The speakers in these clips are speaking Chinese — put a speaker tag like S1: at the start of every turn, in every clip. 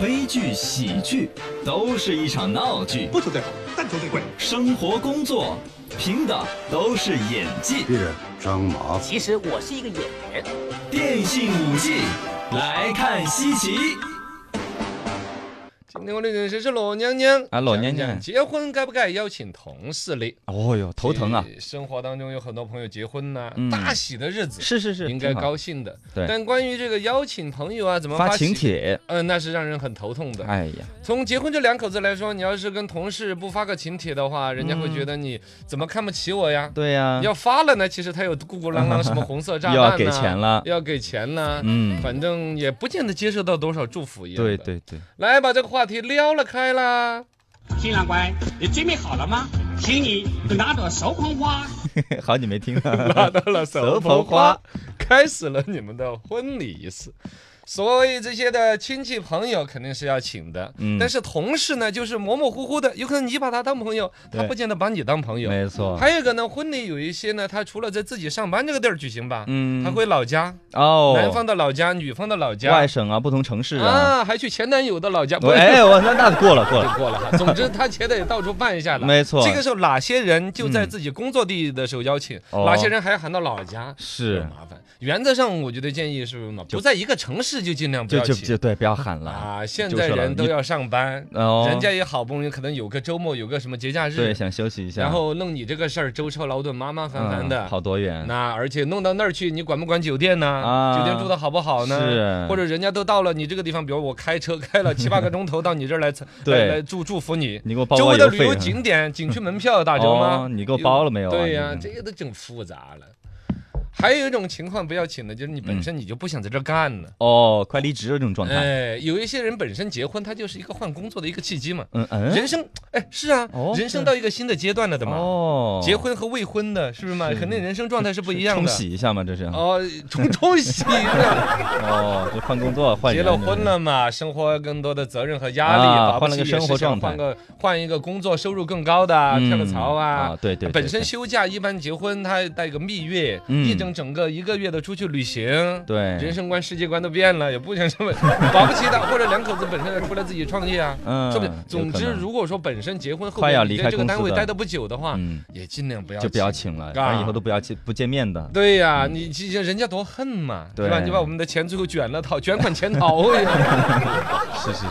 S1: 悲剧、喜剧，都是一场闹剧。
S2: 不求最好，但求最贵。
S1: 生活、工作，凭的都是演技。
S3: 别人张麻子，
S4: 其实我是一个演员。
S1: 电信五 G，来看稀奇。
S5: 今天我的人生是老娘娘
S6: 啊老娘娘
S5: 讲讲结婚该不该邀请同事嘞？
S6: 哦哟，头疼啊！
S5: 呃！生活当中有很多朋友结婚呐、
S6: 嗯
S5: 大喜的日子
S6: 是是是，
S5: 应该
S6: 挺好
S5: 高兴的。
S6: 对
S5: 但关于这个邀请朋友啊，怎么
S6: 发
S5: 喜
S6: 请？帖。
S5: 嗯、那是让人很头痛的。
S6: 哎呀，
S5: 从结婚这两口子来说，你要是跟同事不发个请帖的话，人家会觉得你怎么看不起我呀？
S6: 嗯对呀，
S5: 要发了呢，其实他有鼓鼓囊囊什么红色炸弹、
S6: 又
S5: 呐，
S6: 要给钱了
S5: 要给钱啦，
S6: 嗯
S5: 反正也不见得接受到多少祝福一样
S6: 对
S5: 的。
S6: 对对，
S5: 来把这个话题撩了开啦。
S7: 新郎官，你准备好了吗？请你拿着手捧花。
S6: 好久没听
S5: 拿
S6: 了。
S5: 到了手捧花，开始了你们的婚礼仪式。所以这些的亲戚朋友肯定是要请的，
S6: 嗯
S5: 但是同事呢，就是模模糊糊的，有可能你把他当朋友，他
S6: 对
S5: 不见得把你当朋友。
S6: 没错，
S5: 还有一个呢，婚礼有一些呢，他除了在自己上班这个地儿举行吧，
S6: 嗯
S5: 他回老家，
S6: 哦，
S5: 男方的老家，女方的老
S6: 外
S5: 家，
S6: 省啊，不同城市啊。
S5: 啊，还去前男友的老家，不
S6: 我哎，我那那过了过 了，
S5: 过了哈。总之，他前得也到处办一下的。
S6: 没错嗯
S5: 这个时候哪些人就在自己工作地的时候邀请，
S6: 哦
S5: 哪些人还喊到老家，
S6: 是
S5: 就麻烦。原则上，我觉得建议是嘛，不在一个城市就尽量不
S6: 就
S5: 要
S6: 就
S5: 请
S6: 就对，不要喊了。
S5: 啊。现
S6: 就
S5: 在
S6: 是了
S5: 人都
S6: 你
S5: 要上班，
S6: 哦，
S5: 人家也好不容易可能有个周末，有个什么节假
S6: 对
S5: 日，
S6: 想休息一下，
S5: 然后弄你这个事儿舟车劳顿，麻麻烦烦的
S6: 嗯。跑多远？
S5: 那而且弄到那儿去，你管不管酒店呢？
S6: 啊
S5: 酒店住的好不好呢？
S6: 是
S5: 或者人家都到了你这个地方，比如我开车开 了七八个钟头到你这儿来，来
S6: 对
S5: 来祝祝福你。
S6: 你给我包
S5: 周
S6: 个
S5: 围的
S6: 邮
S5: 旅游
S6: 费。啊
S5: 景点、景区门票打折吗
S6: 哦？你给我包了没有啊
S5: 对呀、
S6: 你
S5: 这个都整复杂了。还有一种情况不要请的，就是你本身你就不想在这儿干了。
S6: 哦，快离职了这种状态。
S5: 哎，有一些人本身结婚，他就是一个换工作的一个契机嘛。
S6: 嗯嗯，
S5: 人生，哎，是啊，
S6: 哦
S5: 人生
S6: 是
S5: 到一个新的阶段了的嘛。
S6: 哦，
S5: 结婚和未婚的，是不是嘛？
S6: 是
S5: 肯定人生状态是不 一样
S6: 冲
S5: 的。
S6: 洗一下嘛，这是。
S5: 哦，冲冲 喜呢！
S6: 哦，这换工作换
S5: 结
S6: 人
S5: 了婚了嘛，生活更多的责任和压力，
S6: 啊
S5: 保不
S6: 换了
S5: 齐
S6: 个
S5: 也
S6: 生
S5: 是
S6: 活
S5: 想
S6: 状态
S5: 换个换一个工作，收入更高的啊，
S6: 嗯
S5: 跳个槽啊
S6: 啊。对对对
S5: 本身
S6: 对
S5: 休假一般结婚他带个蜜月，
S6: 嗯
S5: 一整整个一个月的出去旅行。
S6: 对
S5: 人生观、世界观都变了，也不想什么， 保不齐的或者两口子本身也出来自己创业啊，
S6: 嗯
S5: 说不定
S6: 有
S5: 总
S6: 可
S5: 之，
S6: 能
S5: 如果说本身结婚后
S6: 快
S5: 面
S6: 要
S5: 你
S6: 离
S5: 在
S6: 开
S5: 这个
S6: 公
S5: 单
S6: 司
S5: 位
S6: 的
S5: 待的不久的话，
S6: 嗯
S5: 也尽量不要
S6: 就不要请了，
S5: 啊
S6: 反正以后都不要见不见面的。
S5: 对呀、你这些人家多恨嘛，
S6: 嗯对
S5: 是吧？你把我们的钱最后卷了逃， 卷款潜逃呀。
S6: 是是是。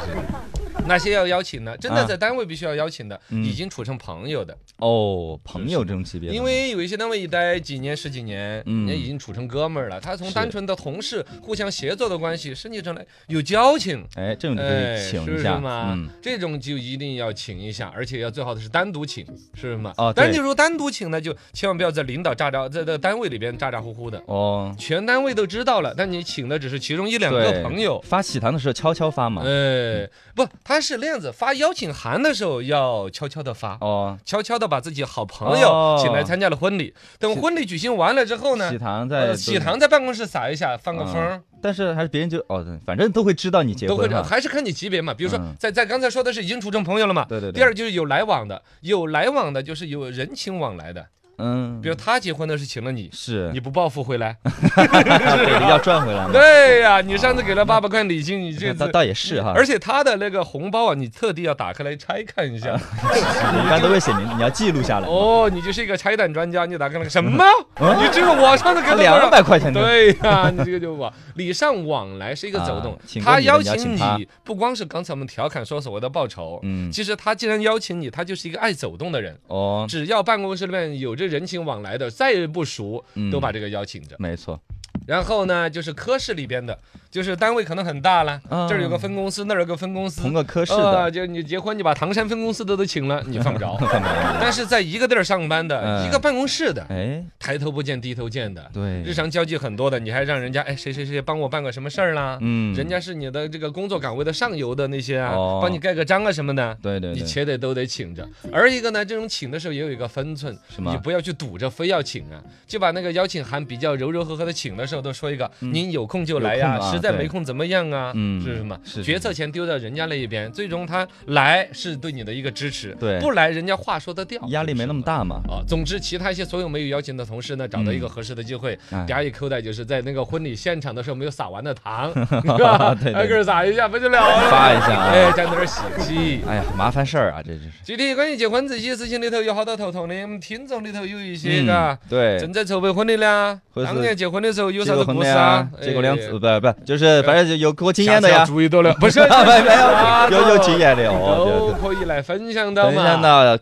S5: 那些要邀请的，真的
S6: 啊
S5: 在单位必须要邀请的，
S6: 嗯
S5: 已经处成朋友的，
S6: 哦，朋友这种级别的，
S5: 因为有一些单位一待几年十几年，人
S6: 嗯
S5: 家已经处成哥们儿了。他从
S6: 是
S5: 单纯的同事互相协作的关系，升级成来有交情。
S6: 哎，这种就可
S5: 哎，
S6: 以
S5: 是
S6: 请
S5: 不
S6: 一
S5: 是
S6: 下，
S5: 嘛？
S6: 嗯，
S5: 这种就一定要请一下，而且要最好的是单独请，是吗？
S6: 哦
S5: 但
S6: 对
S5: 是你如果单独请呢，就千万不要在领导咋咋在在单位里边咋咋呼呼的，
S6: 哦，
S5: 全单位都知道了，但你请的只是其中一两个
S6: 对啊
S5: 朋友。
S6: 发喜糖的时候悄悄发嘛，
S5: 哎，不，他是那样子，发邀请函的时候要悄悄的发，
S6: 哦，
S5: 悄悄的把自己好朋友
S6: 哦
S5: 请来参加了婚礼。等婚礼举行完了之后呢
S6: 喜，糖在
S5: 呃喜糖在办公室撒一下，放个风。
S6: 嗯但是还是别人就哦，对反正都会知道你结
S5: 都会
S6: 婚
S5: 这样，
S6: 了，
S5: 还是看你级别嘛。比如说
S6: 嗯，
S5: 在在刚才说的是已经处成朋友了嘛。
S6: 对对对
S5: 第二就是有来往的，有来往的就是有人情往来的。
S6: 嗯
S5: 比，如他结婚的是请了你，
S6: 是
S5: 你不报复回 来？
S6: 对要赚回来嘛，
S5: 对呀，你上次给了八百块礼金，你这
S6: 倒
S5: 次。
S6: 倒也是哈，
S5: 嗯而且他的那个红包啊，你特地要打开来拆看一下。
S6: 啊嗯一般都会写明，你要记录下来，
S5: 哦，你就是一个拆弹专家，你打开那个什么？你这个我上次给了多少
S6: 啊两百块钱的，
S5: 对呀、你这个就往礼尚往来是一个走动
S6: 啊。请
S5: 他
S6: 过你的
S5: 邀
S6: 你要
S5: 请
S6: 请他
S5: 你，不光是刚才我们调侃说所谓的报仇，
S6: 嗯
S5: 其实他既然邀请你，他就是一个爱走动的人。
S6: 哦，
S5: 只要办公室里面有这人情往来的，再不熟
S6: 嗯
S5: 都把这个邀请着。
S6: 没错，
S5: 然后呢，就是科室里边的，就是单位可能很大了，
S6: 啊
S5: 这儿有个分公司，那儿有个分公司，
S6: 同个科室
S5: 呃，
S6: 的，
S5: 就你结婚，你把唐山分公司的都请了，你犯 不着。但是在一个地儿上班的，
S6: 嗯
S5: 一个办公室的，
S6: 哎，
S5: 抬头不见低头见的，
S6: 对
S5: 日常交际很多的，你还让人家哎谁谁谁帮我办个什么事儿啦？
S6: 嗯
S5: 人家是你的这个工作岗位的上游的那些啊，
S6: 哦
S5: 帮你盖个章啊什么的。
S6: 对对
S5: 你
S6: 对，
S5: 且得都得请着，而一个呢，这种请的时候也有一个分寸，
S6: 是吗
S5: 你不要去堵着非要请啊，就把那个邀请函比较柔柔和和的请的时时候都说一个，
S6: 嗯
S5: 您有空就来呀，
S6: 有空啊
S5: 实在没空怎么样啊？
S6: 嗯
S5: 是什么？
S6: 是是
S5: 决策权丢到人家那一边，最终他来是对你的一个支持，
S6: 对
S5: 不来人家话说得掉，
S6: 压力没那么大嘛。
S5: 啊，总之，其他一些所有没有邀请的同事呢，找到一个合适的机会，
S6: 哎
S5: 第二一口袋就是在那个婚礼现场的时候没有撒完的糖，是 吧？
S6: 对对对
S5: 挨个儿撒一下不就了了？
S6: 发一下啊
S5: 哎，沾点儿喜气。
S6: 哎呀，麻烦事儿啊，这真是。
S5: 具体关于结婚这些事情里头有好多头痛的，我们听众里头有一些嘎，
S6: 嗯对，
S5: 正在筹备婚礼啦，
S6: 或者是
S5: 当年结婚的时候有
S6: 结
S5: 啥
S6: 过
S5: 子
S6: 婚
S5: 故事
S6: 的
S5: 啊
S6: 呀，？结过两次，
S5: 哎
S6: 不 不，就是反正就有过经
S5: 下
S6: 验
S5: 次
S6: 的
S5: 要
S6: 呀，
S5: 注意到了，不是
S6: 没没有
S5: 啊
S6: 有有经验的哦，
S5: 都
S6: 对对
S5: 可以来分享到
S6: 等
S5: 嘛。
S6: 一下呢，